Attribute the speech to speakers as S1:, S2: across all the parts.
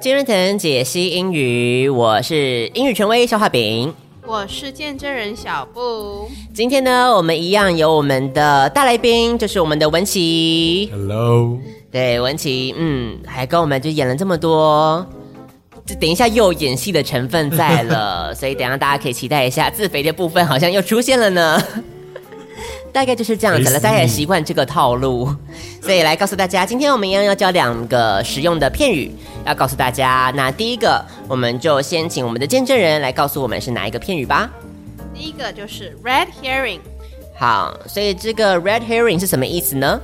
S1: 金润腾解析英语，我是英语权威肖化饼。
S2: 我是见证人小布，
S1: 今天呢，我们一样有我们的大来宾，就是我们的文琪。
S3: Hello，
S1: 对，文琪，嗯，还跟我们就演了这么多，就等一下又有演戏的成分在了，所以等一下大家可以期待一下自肥的部分，好像又出现了呢。 大概就是这样子了，
S3: 肥死
S1: 大家也
S3: 你
S1: 习惯这个套路，所以来告诉大家，今天我们一样要教两个实用的片语，要告诉大家。那第一个，我们就先请我们的见证人来告诉我们是哪一个片语吧。
S2: 第一个就是 red herring。
S1: 好，所以这个 red herring 是什么意思呢？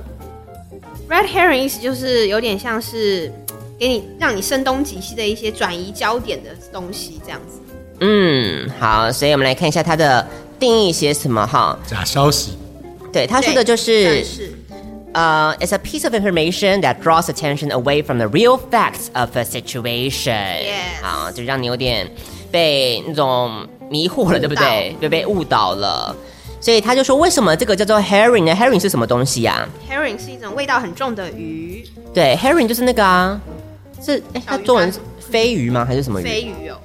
S2: red herring 意思就是有点像是给你让你声东击西的一些转移焦点的东西，这样子。
S1: 嗯，好，所以我们来看一下它的定义写什么哈。
S3: 假消息，
S1: 对，他
S2: 他
S1: 说的就是
S2: 但是
S1: 呃、i t s a piece of information that draws attention away from the real facts of a situation。
S2: Yes
S1: 好，就让你有点被那种迷惑了，对不对？就被误导了。所以他就说，为什么这个叫做 herring 呢？herring 是什么东西呀、
S2: herring 是一种味道很重的鱼，
S1: 对，herring 就是那个啊，是哎，
S2: 小
S1: 它
S2: 鱼
S1: 中文
S2: 干
S1: 是飞鱼吗？还是什么
S2: 飞
S1: 鱼哦
S2: 鱼 哦。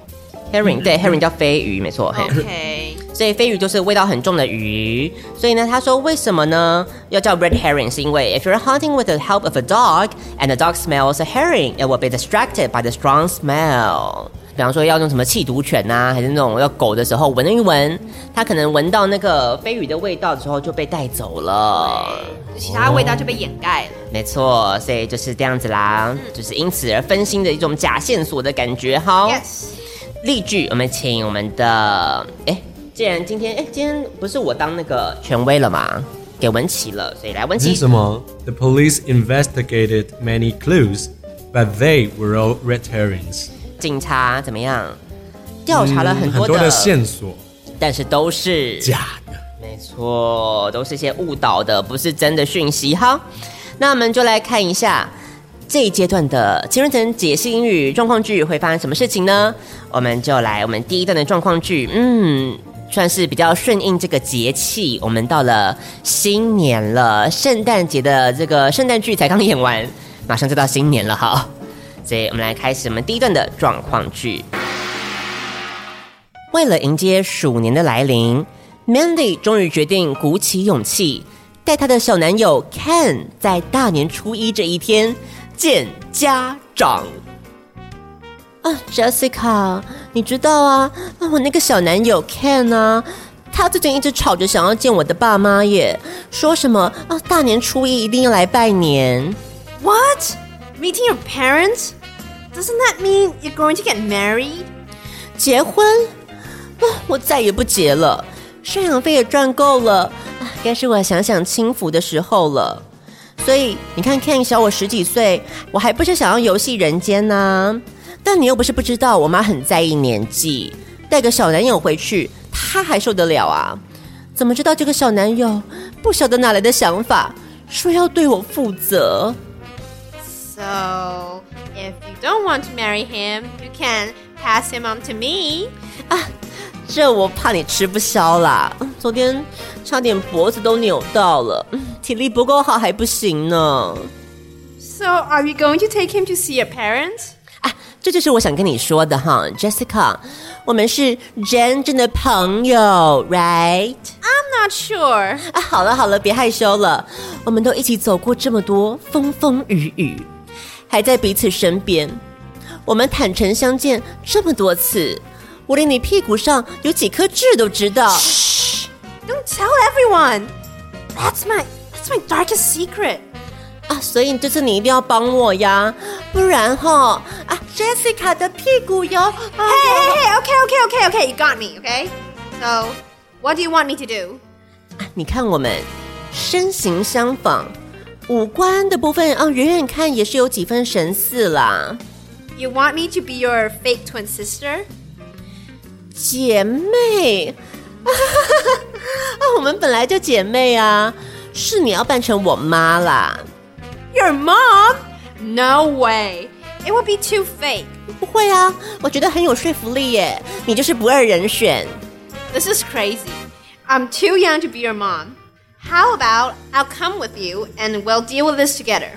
S1: ？herring 对，herring 叫飞鱼，没错。嘿
S2: OK，
S1: 所以飞鱼就是味道很重的鱼。所以呢，他说为什么呢？要叫 red herring，是因为 if you're hunting with the help of a dog and the dog smells a herring, it will be distracted by the strong smell。比方说要用什么气毒犬呐、还是那种要狗的时候闻一闻，它可能闻到那个飞鱼的味道之后就被带走了。
S2: 就其他味道就被掩盖了。
S1: 没错，所以就是这样子啦，就是因此而分心的一种假线索的感觉。
S2: 哦
S1: 好
S2: Yes，
S1: 例句，我们请我们的哎，既然今天哎，今天不是我当那个权威了吗？给文琪了，所以来文琪
S3: 是什么？The police investigated many clues, but they were all red herrings。
S1: 警察怎么样？调查了很多的，
S3: 多的线索，
S1: 但是都是
S3: 假的。
S1: 没错，都是一些误导的，不是真的讯息哈。那我们就来看一下这一阶段的金润成解析英语状况句会发生什么事情呢？我们就来我们第一段的状况句，嗯，算是比较顺应这个节气，我们到了新年了，圣诞节的这个圣诞剧才刚演完，马上就到新年了哈。所以我们来开始我们第一段的状况句。为了迎接鼠年的来临，Mandy 终于决定鼓起勇气，带她的小男友 Ken 在大年初一这一天见家长。啊，Jessica，你知道啊，啊我那个小男友 Ken 啊，他最近一直吵着想要见我的爸妈耶，说什么啊大年初一一定要来拜年。
S2: What? Meeting your parents? Doesn't that mean you're going to get married?
S1: 结婚？啊，我再也不结了，赡养费也赚够了，啊，该是我享享清福的时候了。所以你看，Ken 小我十几岁，我还不是想要游戏人间呢、但你又不是不知道，我妈很在意年纪，带个小男友回去，她还受得了啊？怎么知道这个小男友不晓得哪来的想法，说要对我负责？
S2: So, if you don't want to marry him, you can pass him on to me.
S1: 这我怕你吃不消啦。嗯昨天差点脖子都扭到了，嗯体力不够好还不行呢。
S2: So, are you going to take him to see your parents?
S1: 啊，这就是我想跟你说的哈，Jessica，我们是真正的朋友，right？
S2: I'm not sure.
S1: 啊，好了好了，别害羞了，我们都一起走过这么多风风雨雨，还在彼此身边，我们坦诚相见这么多次，我连你屁股上有几颗痣都知道。
S2: Don't tell everyone. That's my that's my darkest secret.
S1: 啊，所以这次你一定要帮我呀，不然哈啊，Jessica 的屁股油，哎
S2: Hey, hey, hey, okay, okay, okay, okay, you got me, okay? So, what do you want me to do?
S1: 你看我们身形相仿，五官的部分啊，远远看也是有几分神似啦。
S2: You want me to be your fake twin sister?
S1: 姐妹， 啊，我们本来就姐妹啊，是你要扮成我妈啦？
S2: Your mom? No way. It would be too fake.
S1: 不会啊，我觉得很有说服力耶，你就是不二人选。
S2: This is crazy. I'm too young to be your mom. How about I'll come with you and we'll deal with this together?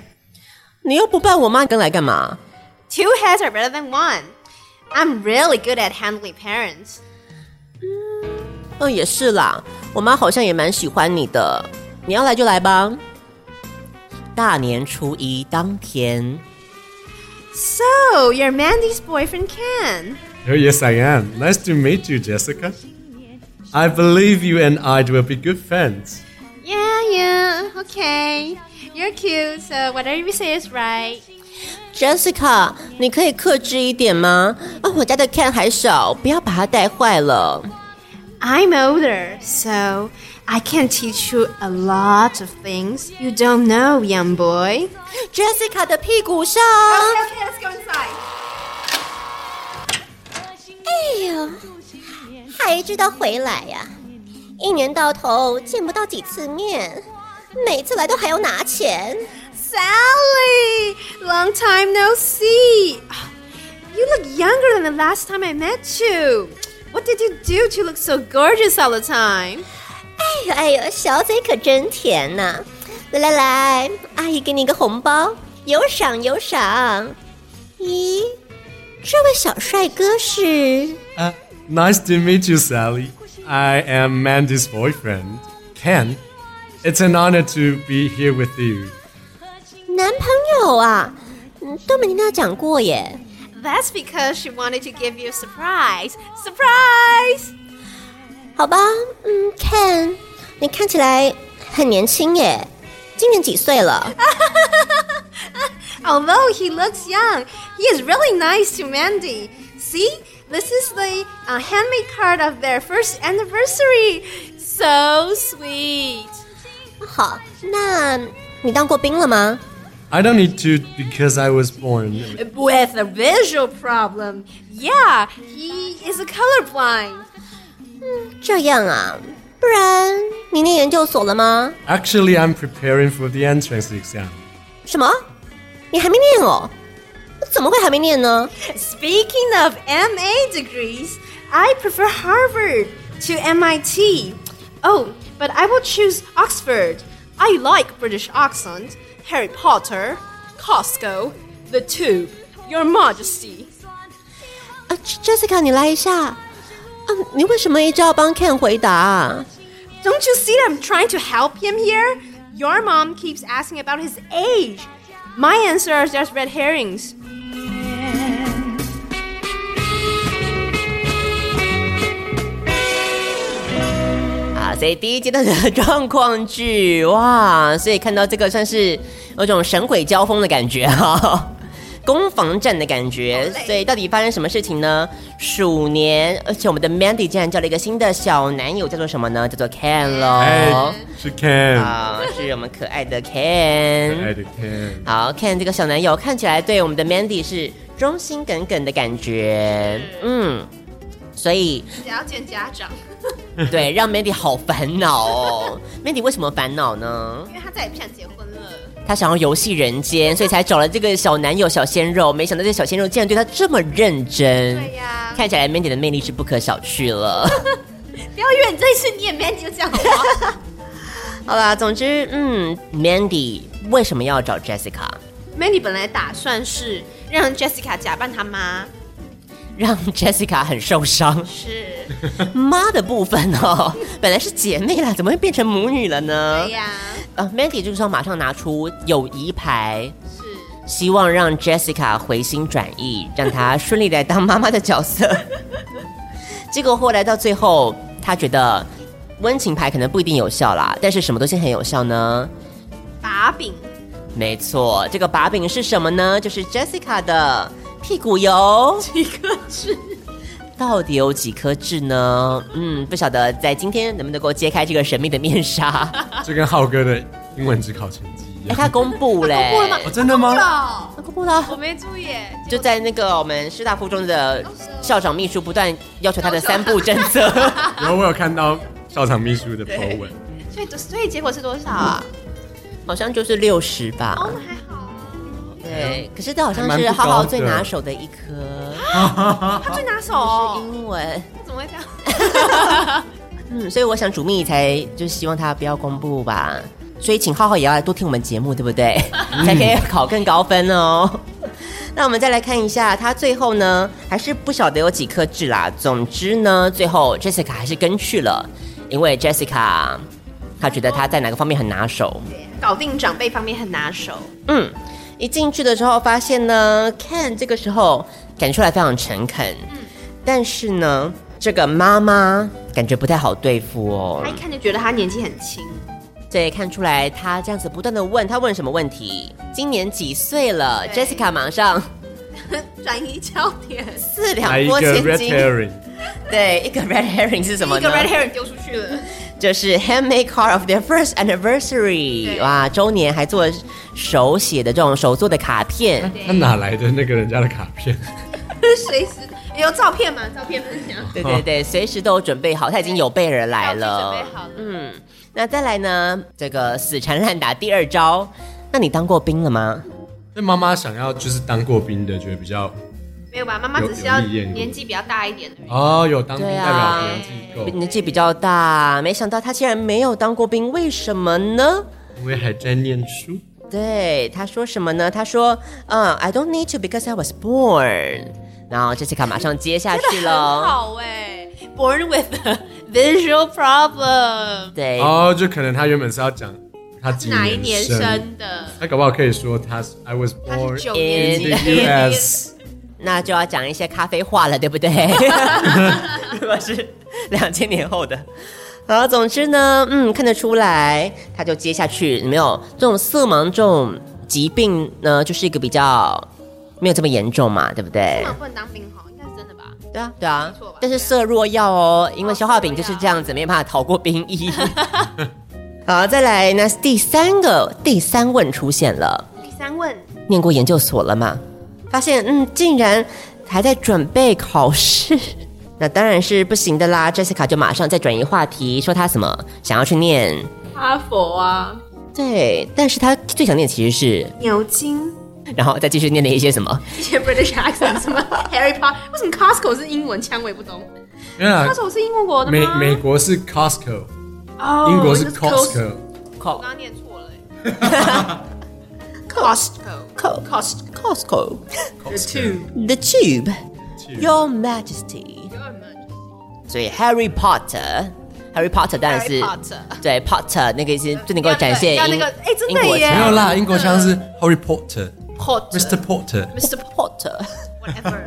S1: 你又不扮我妈，跟来干嘛？
S2: Two heads are better than one. I'm really good at handling parents.
S1: 嗯，也是啦，我妈好像也蛮喜欢你的，你要来就来吧。大年初一当天，
S2: So, you're Mandy's boyfriend, Ken.
S3: Oh, yes, I am. Nice to meet you, Jessica. I believe you and I will be good friends.
S2: Yeah, yeah, okay. You're cute, so whatever you say is right.
S1: Jessica，你可以克制一点吗？啊，我家的 Ken 还少，不要把他带坏了。
S2: I'm older, so I can teach you a lot of things you don't know, young boy.
S1: Jessica 的屁股上，
S2: okay, let's go inside.
S4: 哎呦，还知道回来呀、一年到头见不到几次面，每次来都还要拿钱。
S2: Sally! Long time no see! You look younger than the last time I met you. What did you do to look so gorgeous all the time?
S4: 哎呦 哎呦，小嘴可真甜呐、来来来，阿姨给你一个红包，有赏有赏。咦，这位小帅哥是？
S3: Uh, nice to meet you, Sally. I am Mandy's boyfriend, Ken. It's an honor to be here with you.
S4: 男朋友啊，嗯都没听他讲过耶。
S2: That's because she wanted to give you a surprise. Surprise!
S4: 好吧，嗯，Ken，你看起来很年轻耶，今年几岁了？
S2: Although he looks young, he is really nice to Mandy. See, this is the uh, handmade card of their first anniversary. So sweet.
S4: 好，那你当过兵了吗？
S3: I don't need to because I was born.
S2: With a visual problem. Yeah, he is a colorblind.
S4: 这样啊，不然你念研究所了吗？
S3: Actually, I'm preparing for the entrance exam.
S4: 什么？你还没念哦？怎么会还没念呢？
S2: Speaking of MA degrees, I prefer Harvard to MIT. Oh, but I will choose Oxford. I like British accent, Harry Potter, Costco, the Tube, Your Majesty.
S1: 啊，J-，Jessica，你来一下。啊，你为什么一直要帮 Ken 回答啊？
S2: Don't you see that I'm trying to help him here? Your mom keeps asking about his age. My answer is just red herrings.
S1: 啊，所以第一阶段的状况剧， 哇，所以看到这个算是有种神鬼交锋的感觉哈、 攻防战的感觉。所以到底发生什么事情呢？鼠年，而且我们的 Mandy 竟然交了一个新的小男友，叫做什么呢？叫做 Ken
S2: 哦
S1: 喽
S3: Hey,。she can.
S1: 啊，是我们可爱的 Ken。
S3: Hey, can.
S1: 好，Ken 这个小男友看起来对我们的 Mandy 是忠心耿耿的感觉，嗯，所以
S2: 只要见家长，
S1: 对，让 Mandy 好烦恼哦。Mandy 为什么烦恼呢？
S2: 因为他再也不想结婚了。
S1: 她想要游戏人间，所以才找了这个小男友小鲜肉。没想到这个小鲜肉竟然对她这么认真。
S2: 对呀
S1: 看起来 Mandy 的魅力是不可小觑了。
S2: 不要以为你这一次你也没就这样好吗？
S1: 好啦，总之，嗯，Mandy 为什么要找 Jessica？
S2: Mandy 本来打算是让 Jessica 假扮她妈，
S1: 让 Jessica 很受伤。
S2: 是，
S1: 妈的部分哦，本来是姐妹啦，怎么会变成母女了呢？
S2: 对呀、
S1: 呃，Mandy 这个时候马上拿出友谊牌，
S2: 是，
S1: 希望让 Jessica 回心转意，让她顺利的当妈妈的角色。 结果后来到最后，她觉得温情牌可能不一定有效啦，但是什么东西很有效呢？
S2: 把柄，
S1: 没错，这个把柄是什么呢？就是 Jessica 的屁股油 几颗痣。到底有几颗痣 呢？嗯，不晓得在今天能不能够揭开这个神秘的面纱。
S3: 这跟浩哥的英文只考成绩一
S1: 哎，
S3: 样。
S1: 他公布嘞，
S2: 公布哎了吗
S3: 哦，真的吗？
S1: 他公布了。
S2: 我没注意，
S1: 就在那个我们师大附中的校长秘书不断要求他的三不政策，
S3: 然后我有看到校长秘书的 po 文，
S2: 所以所以结果是多少啊？
S1: 好像就是六十吧。
S2: 哦，那还好
S1: 对，可是这好像
S3: 还蛮
S1: 是
S3: 不
S1: 浩浩
S3: 高的
S1: 最拿手的一科
S2: 啊，他最拿手哦，
S1: 英文。
S2: 那怎么会这样？
S1: 嗯，所以我想主秘才就是希望他不要公布吧，所以请浩浩也要来多听我们节目，对不对？才可以考更高分哦。 那我们再来看一下，他最后呢还是不晓得有几颗痣啦。总之呢，最后 Jessica 还是跟去了，因为 Jessica 她觉得她在哪个方面很拿手。
S2: 搞定长辈方面很拿手，
S1: 嗯，一进去的时候发现呢，Ken 这个时候感觉出来非常诚恳，但是呢，这个妈妈感觉不太好对付哦。
S2: 他一看就觉得他年纪很轻，
S1: 这也看出来，他这样子不断的问，他问什么问题？今年几岁了
S2: 对
S1: ？Jessica 马上
S2: 转移焦点，
S1: 四
S3: 来
S1: 两
S3: 啊一
S1: 拨
S3: 个
S1: 千
S3: red
S1: 斤。
S3: herring，
S1: 对，一个 red herring 是什么
S2: 一个
S1: 呢？
S2: red hair 丢出去了，
S1: 就是 handmade card of their first anniversary，
S2: 对
S1: 哇，周年还做手写的这种手做的卡片。
S3: 他哪来的那个人家的卡片？
S2: 随时有照片吗？照片分享。
S1: 对对对，随时都有准备好，他已经有备而来
S2: 道
S1: 了。
S2: 具准备好了
S1: 嗯，那再来呢？这个死缠烂打第二招，那你当过兵了吗？
S3: 那妈妈想要就是当过兵的，觉得比较
S2: 没有吧？妈妈只是要年纪比较大一点的人。
S3: 哦，有当兵
S1: 对
S3: 代
S1: 啊
S3: 表能机
S1: 比
S3: 构，
S1: 年纪比较大，没想到他竟然没有当过兵，为什么呢？
S3: 因为还在念书。
S1: 对，他说什么呢？他说，嗯，I don't need to because I was born。然后 Jessica 马上接下去
S2: 很
S1: 了，
S2: 好哎、b o r n with a visual problem，
S1: 对，
S3: 哦，就可能他原本是要讲他几
S2: 哪一年
S3: 生，
S2: 生的？
S3: 他搞不好可以说他是 I was
S2: 他是
S3: born
S2: 九
S3: in
S2: 年
S3: the
S2: 级
S3: U.S.
S1: 那就要讲一些咖啡话了，对不对？如果是两千年后的。好，总之呢，嗯，看得出来，他就接下去没有这种色盲这种疾病呢，就是一个比较没有这么严重嘛，对不对？
S2: 那不能当兵吼，应该是真的吧？
S1: 对啊，对啊
S2: 没错吧，
S1: 但是色弱药哦，因为消化饼就是这样子，没办法逃过 兵役。 好，再来，那第三个第三问出现了，
S2: 第三问，
S1: 念过研究所了嘛？发现嗯，竟然还在准备考试， 那当然是不行的啦。Jessica 就马上再转移话题，说她什么想要去念，
S2: 哈佛啊，
S1: 对，但是她最想念其实是，
S2: 牛津，
S1: 然后再继续念了一些什么，
S2: 一些 British accent，什么 Harry Potter，为什么 Costco 是英文腔？我也不懂。
S3: 因为啊
S2: Costco 是英国的
S3: 美
S2: 吗？
S3: 美国是 Costco，
S2: 哦
S3: 英国是
S2: 那
S3: Costco，
S2: 我刚刚念错了、欸。Costco
S1: Co- Cost Costco
S2: the two，
S1: The Tube Your Majesty。所以 Harry Potter，Harry Potter 当然是
S2: Harry Potter
S1: 对 Potter 那个是最能够展现
S2: 要那
S1: 英
S2: 个哎真的
S1: 英国
S2: 耶
S1: 腔
S3: 没有啦，英国腔是 Harry Potter，Mr.
S2: Potter，Mr.
S3: Potter。
S1: Potter。
S2: Whatever，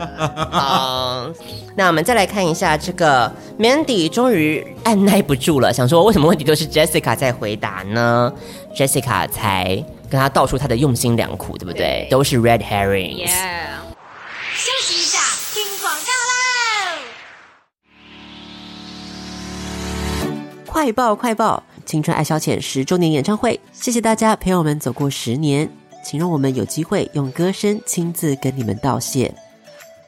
S1: 好，那我们再来看一下这个 Mandy 终于按耐不住了，想说为什么问题都是 Jessica 在回答呢？Jessica 才跟他道出他的用心良苦，对不对？
S2: 对
S1: 都是 Red Herrings。
S2: yeah。
S5: 休息一下，听广告啦。
S4: 快报快报！青春爱消遣十周年演唱会，谢谢大家陪我们走过十年，请让我们有机会用歌声亲自跟你们道谢。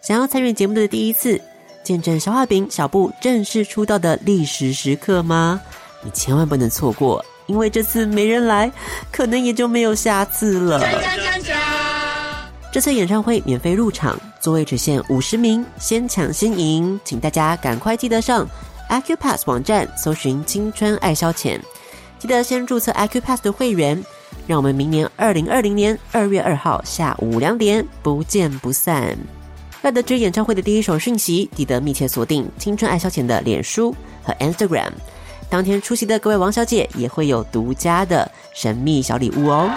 S4: 想要参与节目的第一次，见证小画饼小布正式出道的历史时刻吗？你千万不能错过，因为这次没人来，可能也就没有下次了。这次演唱会免费入场，座位只限五十名，先抢先赢，请大家赶快记得上 Acupass 网站搜寻“青春爱消遣”，记得先注册 Acupass 的会员。让我们明年二零二零年二月二号下午两点不见不散。要得知演唱会的第一手讯息，记得密切锁定“青春爱消遣”的脸书和 Instagram。当天出席的各位王小姐也会有独家的神秘小礼物哦。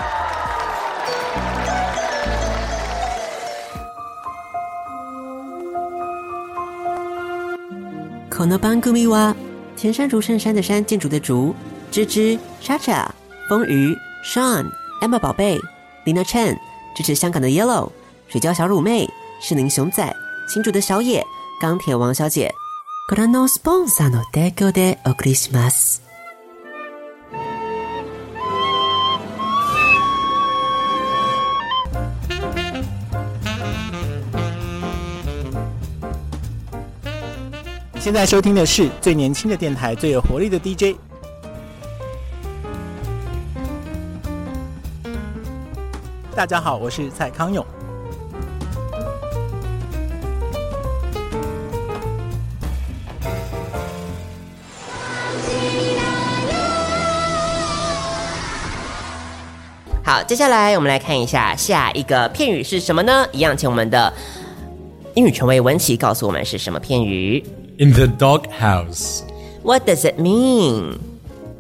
S4: この番組は田山竹衬衫的山建筑的竹芝芝、莎莎、风鱼、Sean、Emma 宝贝、Lina Chen 支持香港的 Yellow、水饺小乳妹、士林熊仔、新竹的小野、钢铁王小姐。ご覧のスポンサーの提供でお送りします。
S6: 现在收听的是最年轻的电台，最有活力的 DJ。大家好，我是蔡康永。
S1: 好，接下来我们来看一下下一个片语是什么呢？一样，请我们的英语权威文琪告诉我们是什么片语。
S3: In the doghouse.
S1: What does it mean？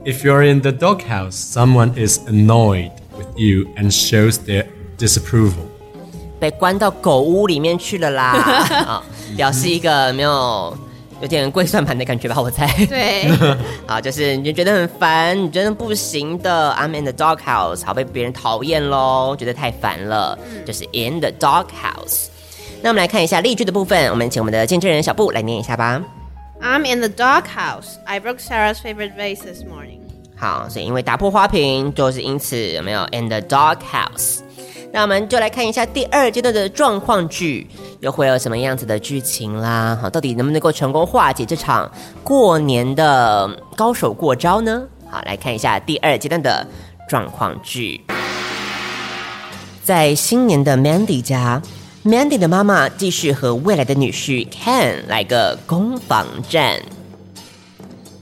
S3: If you're in the doghouse, someone is annoyed with you and shows their disapproval.
S1: 被关到狗屋里面去了啦！啊、表示一个没有有点跪算盘的感觉吧，我猜。
S2: 对，
S1: 啊，就是你就觉得很烦，你觉得不行的，I'm in the doghouse，好被别人讨厌喽，觉得太烦了，就是 in the doghouse。那我们来看一下例句的部分，我们请我们的见证人小布来念一下吧。
S2: I'm in the doghouse. I broke Sarah's favorite vase this morning.
S1: 好，所以因为打破花瓶，就是因此有没有 in the doghouse？那我们就来看一下第二阶段的状况剧，又会有什么样子的剧情啦？好，到底能不能够成功化解这场过年的高手过招呢？好，来看一下第二阶段的状况剧。在新年的 Mandy 家，Mandy 的妈妈继续和未来的女婿 Ken 来个攻防战。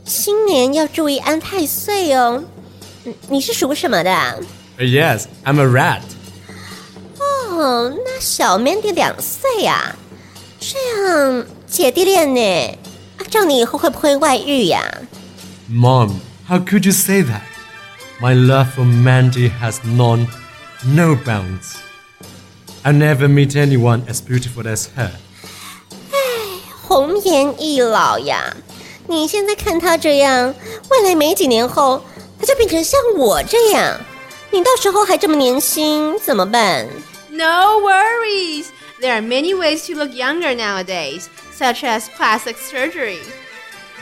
S4: 新年要注意安太岁哦。嗯你是属什么的、啊？
S3: Uh, yes, I'm a rat.
S4: 哦，那小 Mandy 两岁啊，这样姐弟恋呢？啊，这样你以后会不会外遇啊呀、
S3: Mom, how could you say that? My love for Mandy has none, no bounds. I never meet anyone as beautiful as her.
S4: 红颜易老呀，你现在看他这样，未来没几年后，他就变成像我这样，你到时候还这么年轻，怎么办？
S2: No worries. There are many ways to look younger nowadays, such as plastic surgery.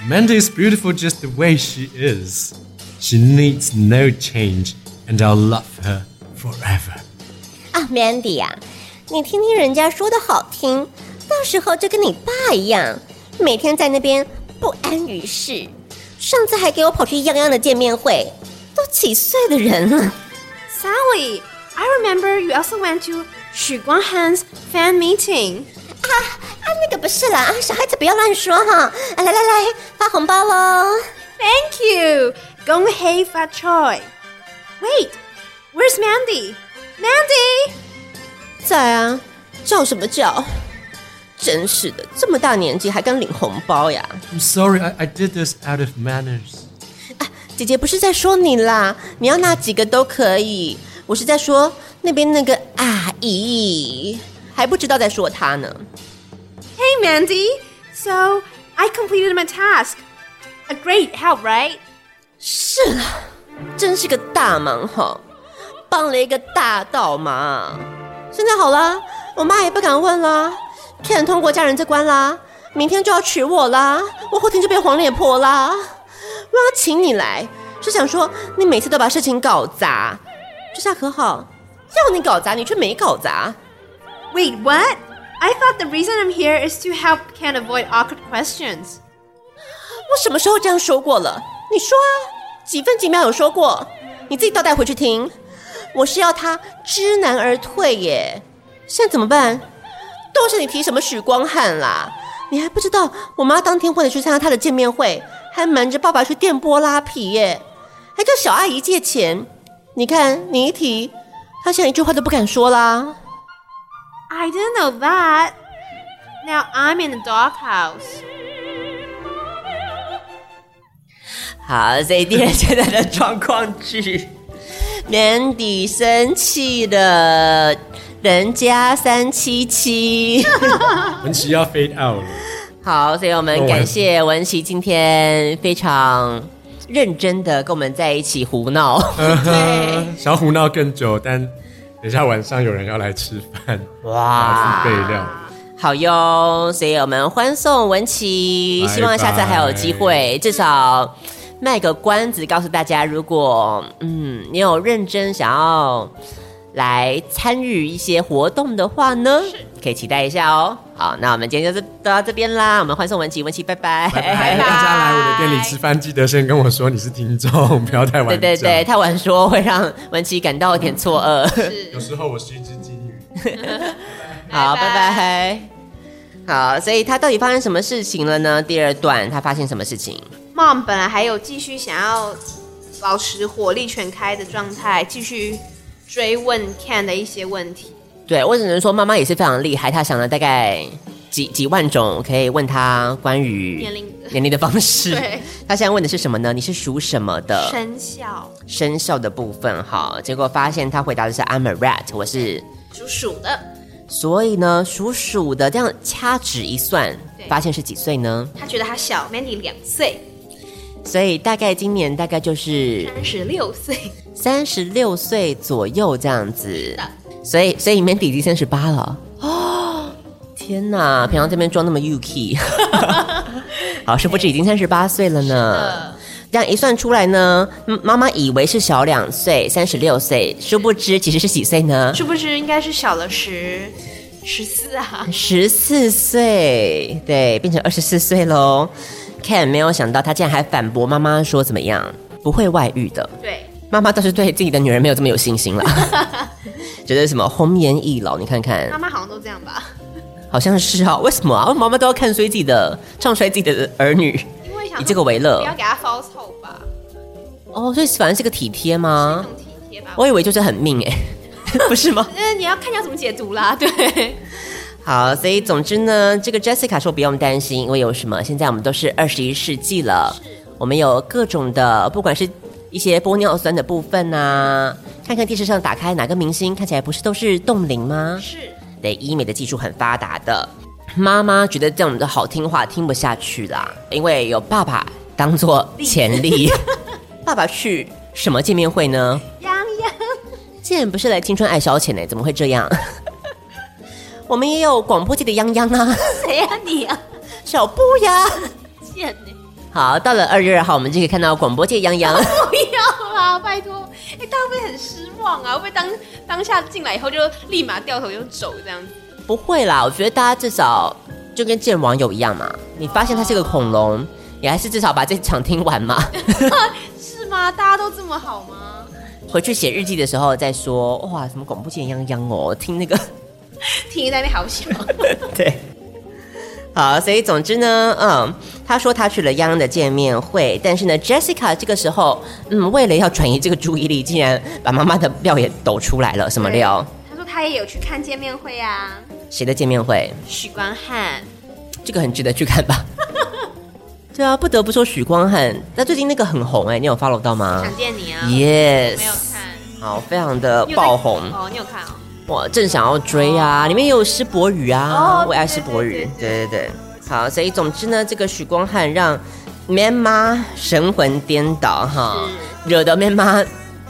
S3: Mandy is beautiful just the way she is. She needs no change, and I'll love her forever.
S4: 啊，Mandy 呀、你听听人家说的好听，到时候就跟你爸一样，每天在那边不安于世。上次还给我跑去泱泱的见面会，都几岁的人了，啊
S2: Sally, I remember you also went to Xu Guanghan's fan meeting.
S4: 啊，那个不是啦，啊，小孩子不要乱说哈、啊来来来，发红包喽！
S2: Thank you. Gong Hei Fa Choi. Wait, where's Mandy? Mandy!
S4: 在啊，叫什么叫？真是的，这么大年纪还敢领红包呀！
S3: I'm sorry, I, I did this out of manners.
S4: 姐姐不是在说你啦，你要哪几个都可以。我是在说那边那个阿姨，还不知道在说她呢。
S2: Hey, Mandy. So, I completed my task. A great help, right?
S4: 是啦，真是个大忙哈，帮了一个大倒忙。现在好了，我妈也不敢问啦。看通过家人这关啦，明天就要娶我啦，我后天就变黄脸婆啦。我要请你来，是想说你每次都把事情搞砸，这下可好，要你搞砸你却没搞砸。
S2: Wait, what? I thought the reason I'm here is to help Ken avoid awkward questions.
S4: 我什么时候这样说过了？你说啊，几分几秒有说过？你自己倒带回去听。我是要他知难而退耶。现在怎么办？都是你提什么许光汉啦？你还不知道我妈当天为了去参加他的见面会，还瞒着爸爸去电波拉皮耶，还跟小阿姨借钱。你看你一提，他现在一句话都不敢说啦。
S2: I didn't know that. Now I'm in the doghouse.
S1: 好，所以第二阶段的状况 剧，年底生气了，人家三七七。
S3: When she all fade out.
S1: 好，所以我们感谢文琪今天非常认真的跟我们在一起胡 闹。哇。 好哟，所以我们欢送文琪，
S3: 拜拜
S1: 希望下次还有机会，至少卖个关子，告诉大家，如果嗯你有认真想要来参与一些活动的话呢，可以期待一下哦。好，那我们今天就是到这边啦，我们欢送文琪，文琪拜拜，
S3: 拜拜！大家来我的店里吃饭，记得先跟我说你是听众，不要太 晚
S1: 对
S3: 讲。
S1: 对对，，太晚说会让文琪感到有点错愕。
S3: 有时候我是一只金鱼。
S1: 好，拜拜。好，所以他到底发生什么事情了呢？第二段他发现什么事情？
S2: Mom 本来还有继续想要保持火力全开的状态，继续追问 Ken 的一些问题。
S1: 对我只能说，妈妈也是非常厉害，她想了大概几几万种可以问她关于
S2: 年龄的
S1: 年龄的方式
S2: 对。
S1: 她现在问的是什么呢？你是属什么的？
S2: 生肖
S1: 生肖的部分哈，结果发现她回答的是 I'm a rat，我是，
S2: 属鼠的，
S1: 所以呢属鼠的，这样掐指一算
S2: 对，
S1: 发现是几岁呢？
S2: 他觉得他小 Mandy 两岁，
S1: 所以大概今年大概就是
S2: 三十六岁，
S1: 三十六岁左右这样子
S2: 的，
S1: 所以所以你们弟弟三十八了哦，天哪！平常这边装那么 UK，好，是不是已经三十八岁了呢？这样一算出来呢，嗯妈妈以为是小两岁，三十六岁，殊不知其实是几岁呢？
S2: 殊不知应该是小了十十四啊。
S1: 十四岁，对，变成二十四岁喽。Ken 没有想到，他竟然还反驳妈妈说怎么样不会外遇的。
S2: 对，
S1: 妈妈倒是对自己的女人没有这么有信心了， 觉得什么红颜易老，你看看
S2: 妈，妈好像都这样吧，
S1: 好像是啊，为什么啊？妈妈都要看衰自己的，唱衰自己的儿女，
S2: 因为想
S1: 以
S2: 说
S1: 这个为
S2: 不
S1: 乐
S2: 要给他 false hope 吧，
S1: 哦，所以反而是个体贴吗？
S2: 更体贴吧。
S1: 我以为就是很命 哎、不是吗？
S2: 呃，你要看你要怎么解读啦，对。
S1: 好，所以总之呢，这个 Jessica 说不用担心，因为有什么？现在我们都是二十一世纪了，我们有各种的，不管是一些玻尿酸的部分呐、看看电视上打开哪个明星看起来不是都是冻龄吗？
S2: 是，
S1: 对，医美的技术很发达的。妈妈觉得这样的好听话听不下去啦，因为有爸爸当做潜 力。爸爸去什么见面会呢？
S2: 洋洋，
S1: 竟然不是来青春爱消遣呢、怎么会这样？我们也有广播界的泱泱啊，
S2: 谁呀、你啊？
S1: 小布呀。
S2: 贱呢、
S1: 好，到了二月二号，我们就可以看到广播界泱泱。
S2: 不要啦，拜托！哎、大家会不会很失望啊？会不会当当下进来以后就立马掉头就走这样子？
S1: 不会啦，我觉得大家至少就跟见网友一样嘛，你发现他是个恐龙，你还是至少把这场听完嘛。
S2: 是吗？大家都这么好吗？
S1: 回去写日记的时候再说，哇，什么广播界泱泱哦，听那个，
S2: 听你在那边好笑，
S1: 对，好，所以总之呢，嗯，他说他去了泱泱的见面会，但是呢，Jessica 这个时候，嗯，为了要转移这个注意力，竟然把妈妈的料也抖出来了，什么料？
S2: 他说他也有去看见面会啊，
S1: 谁的见面会？
S2: 许光汉
S1: 这个很值得去看吧？对啊，不得不说许光汉，那最近那个很红哎、你有 follow 到吗
S2: 想见你啊
S1: ？Yes，
S2: 没有看，
S1: 好，非常的
S2: 你有在
S1: 爆红。
S2: 哦，你有看哦？
S1: 我正想要追啊，里面也有施柏宇啊，
S2: 哦
S1: 我也爱施柏宇，对对对，好，所以总之呢，这个许光汉让面妈神魂颠倒哈，惹得面妈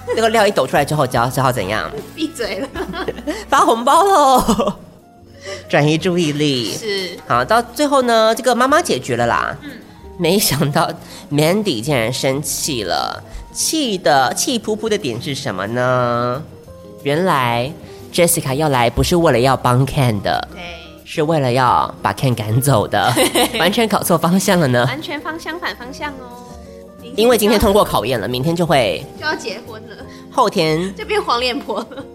S1: 那个料一抖出来之后，只要只好怎样
S2: 闭嘴了，
S1: 发红包喽， 转移注意力。
S2: 是
S1: 好，到最后呢，这个妈妈解决了啦。没想到 Mandy 竟然生气了，气的气扑扑的点是什么呢？原来 Jessica 要来不是为了要帮 Ken 的，
S2: 对，
S1: 是为了要把 Ken 赶走的，完全搞错方向了呢。
S2: 完全方相反方向哦。
S1: 因为今天
S2: 就
S1: 通过考验了，明天就会，
S2: 要就要结婚了，
S1: 后天
S2: 就变黄脸婆了，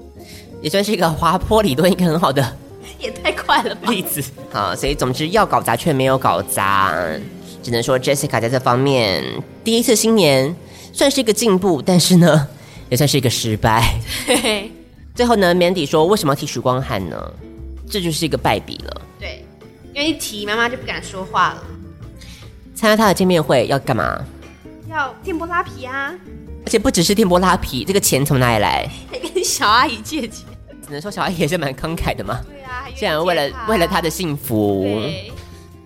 S1: 也算是一个滑坡理论一个很好的
S2: 也太快了吧？
S1: 例子。好，所以总之要搞砸却没有搞砸，只能说 Jessica 在这方面第一次新年算是一个进步，但是呢， 也算是一个失败。
S2: 对
S1: 最后呢，Mandy 说为什么要提许光汉呢？这就是一个败笔了。
S2: 对，因为一提妈妈就不敢说话了，
S1: 参加他的见面会要干嘛？
S2: 要电波拉皮啊，
S1: 而且不只是电波拉皮，这个钱从哪里来？
S2: 还跟小阿姨借钱。
S1: 只能说小阿姨也是蛮慷慨的嘛。
S2: 对啊，还愿意
S1: 竟然为
S2: 借
S1: 了为了他
S2: 的，
S1: 的幸福，
S2: 对，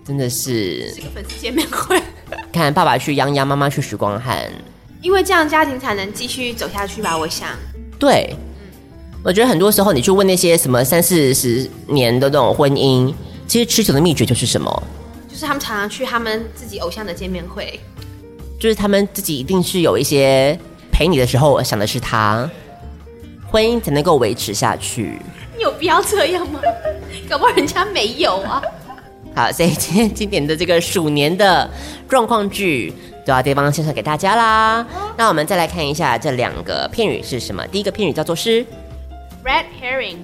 S1: 真的是
S2: 是个粉丝见面会，
S1: 看爸爸去泱泱，妈妈去许光汉，
S2: 因为这样家庭才能继续走下去吧，我想。
S1: 对，我觉得很多时候你去问那些什么三四十年的那种婚姻，其实持久的秘诀就是什么？
S2: 就是他们常常去他们自己偶像的见面会，
S1: 就是他们自己一定是有一些陪你的时候想的是他，婚姻才能够维持下去。
S2: 你有必要这样吗？ 搞不好人家没有啊。
S1: 好，所以今天经典的这个鼠年的状况剧都要对方献上给大家啦。
S2: 哦
S1: 那我们再来看一下这两个片语是什么。第一个片语叫做是
S2: Red herring，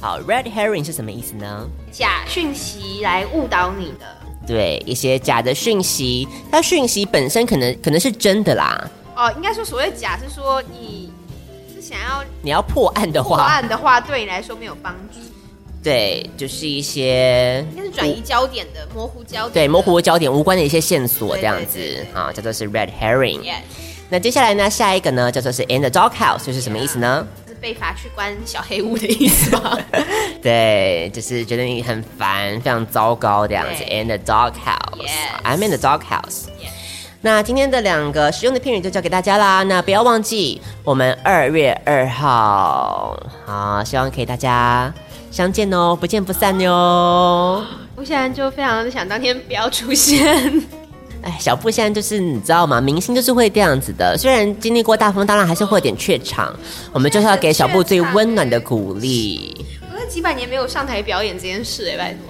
S1: 好，red herring 是什么意思呢？
S2: 假讯息来误导你的。
S1: 对，一些假的讯息，它讯息本身可能可能是真的啦。
S2: 哦，应该说所谓假是说你是想要
S1: 你要破案的
S2: 破
S1: 话，
S2: 案的话，对你来说没有帮助，
S1: 对，就是一些
S2: 应该是转移焦点的模糊焦点的。
S1: 对模糊焦点无关的一些线索这样子
S2: 对对对
S1: 啊，叫做是 red herring。
S2: Yes，
S1: 那接下来呢，下一个呢叫做是 in the doghouse，就是什么意思呢？
S2: 是被罚去关小黑屋的意思 吧？
S1: 对，就是觉得你很烦，非常糟糕这样子。
S2: 对
S1: In the doghouse,
S2: Yes.
S1: I'm in the doghouse. 那今天的两个实用的片语就教给大家啦。那不要忘记，我们二月二号，好，希望可以大家相见哦，不见不散哟。
S2: 我现在就非常的想当天不要出现。
S1: 哎，小布现在就是你知道吗？明星就是会这样子的，虽然经历过大风大浪，还是会有点怯场。我们就是要给小布最温暖的鼓励。
S2: 我都几百年没有上台表演这件事哎、拜托。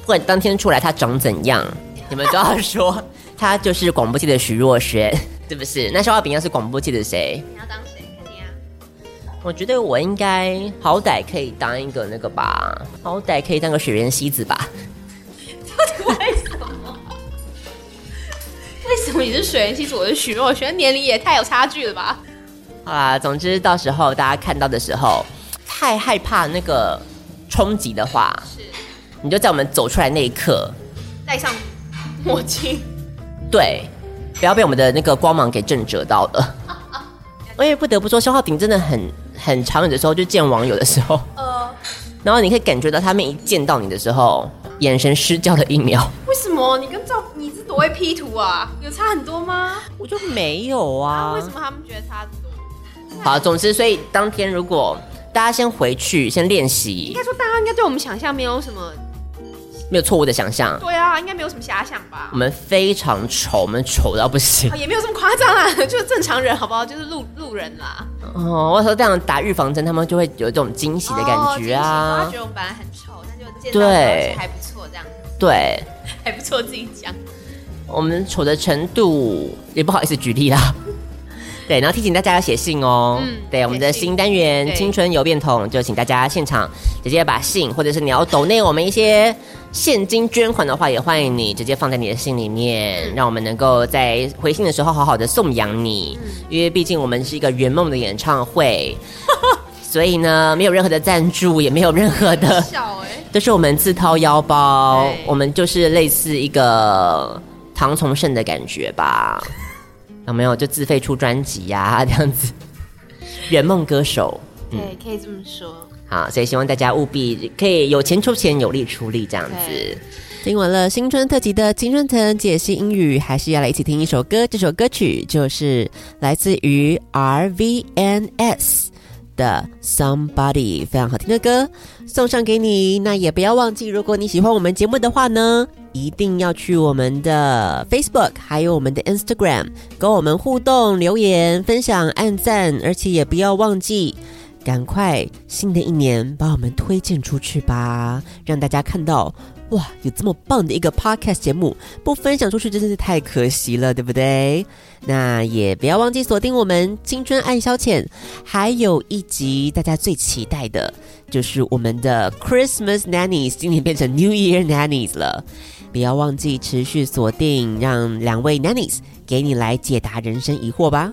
S1: 不管当天出来他长怎样， 你们都要说他就是广播界的徐若瑄， 是不是？那消化饼要是广播界的谁？
S2: 你要当谁？看你啊。
S1: 我觉得我应该好歹可以当一个那个吧，好歹可以当个雪原希子吧。
S2: 为什么？ 为什么你是水原希子，我是许若瑄？年龄也太有差距了吧？
S1: 好啦，总之到时候大家看到的时候，太害怕那个冲击的话，
S2: 是
S1: 你就在我们走出来那一刻，
S2: 戴上墨镜，
S1: 对，不要被我们的那个光芒给震折到了。我也不得不说，消化饼真的很很长远的时候，就见网友的时候，
S2: 呃，
S1: 然后你可以感觉到他们一见到你的时候，眼神失焦的一秒。
S2: 为什么你跟赵你是多会 P 图啊？有差很多吗？
S1: 我就没有啊
S2: 为什么他们觉得差很多？
S1: 好，总之，所以当天如果大家先回去，先练
S2: 应
S1: 习
S2: 该，说大家应该对我们想象没有什么，
S1: 没有错误的想象。
S2: 对啊，应该没有什么遐想吧
S1: 我？们非常丑，我们丑到不行
S2: 啊，。也没有这么夸张啦， 就是正常人好不好？就是路路人啦，
S1: 哦，我说这样打预防针，他们就会有这种惊喜的感觉
S2: 哦
S1: 啊。
S2: 就是觉得我们本来很丑，但就见到
S1: 对
S2: 而且还不错，这样
S1: 对，
S2: 还不错，自己讲。
S1: 嗯我们丑的程度也不好意思举例啦。 对，然后提醒大家要写信哦。
S2: 嗯
S1: 对，我们的
S2: 写信
S1: 新单元
S2: 对
S1: 《青春邮便桶》，就请大家现场直接把信，或者是你要抖内我们一些现金捐款的话，也欢迎你直接放在你的信里
S2: 嗯
S1: 面，让我们能够在回信的时候好好的颂扬你，
S2: 嗯
S1: 因为毕竟我们是一个圆梦的演唱会， 所以呢，没有任何的赞助，也没有任何的。
S2: 笑哎、
S1: 这是我们自掏腰包
S2: 对，
S1: 我们就是类似一个唐崇盛的感觉吧？有没有就自费出专辑呀、这样子，圆梦歌手。
S2: 对，可以这么说。
S1: 好，所以希望大家务必可以有钱出钱，有力出力，这样子
S2: 对。
S7: 听完了新春特辑的青春藤解析英语，还是要来一起听一首歌。这首歌曲就是来自于 RVNS 的《Somebody》，非常好听的歌，送上给你。那也不要忘记，如果你喜欢我们节目的话呢，一定要去我们的 Facebook，还有我们的 Instagram，跟我们互动、留言、分享、按赞，而且也不要忘记。赶快，新的一年把我们推荐出去吧，让大家看到哇，有这么棒的一个 podcast 节目，不分享出去真的是太可惜了，对不对？那也不要忘记锁定我们《青春爱消遣》，还有一集大家最期待的就是我们的 Christmas Nannies，今年变成 New Year Nannies 了。不要忘记持续锁定，让两位 Nannies 给你来解答人生疑惑吧。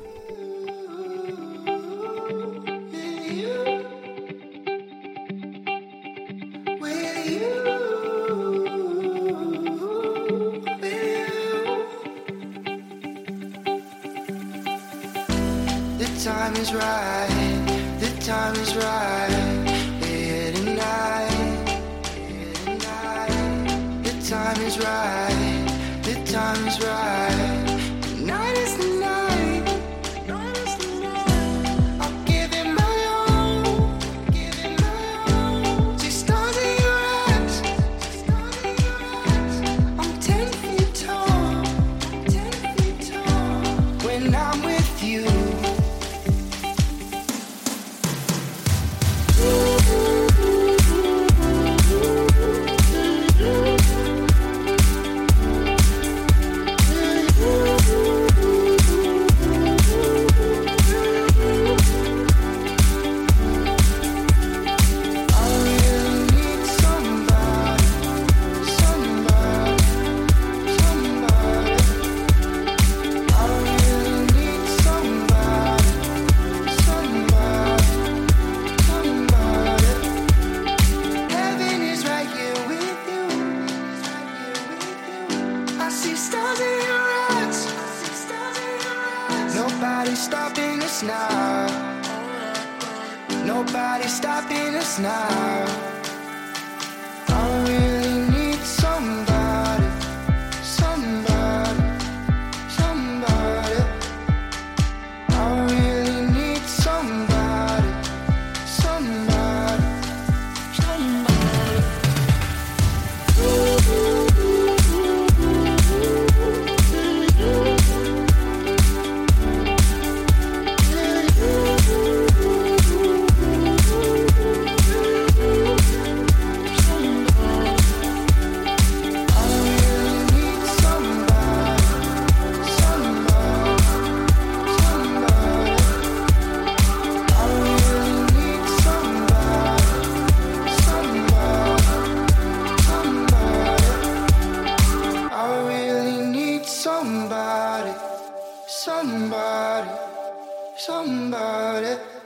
S8: The time is right, the time is right, we're here tonight, here tonight. The time is right, the time is right, tonight is the night, night is the night. I'll give it my all, give it my all. Just stars in your eyes, stars in your eyes. I'm ten feet tall, ten feet tall. When I'm with you. us now. Nobody's stopping us now. I really need somebody, somebody, somebody. I really need somebody, somebody, somebody. Somebody, somebody, somebody.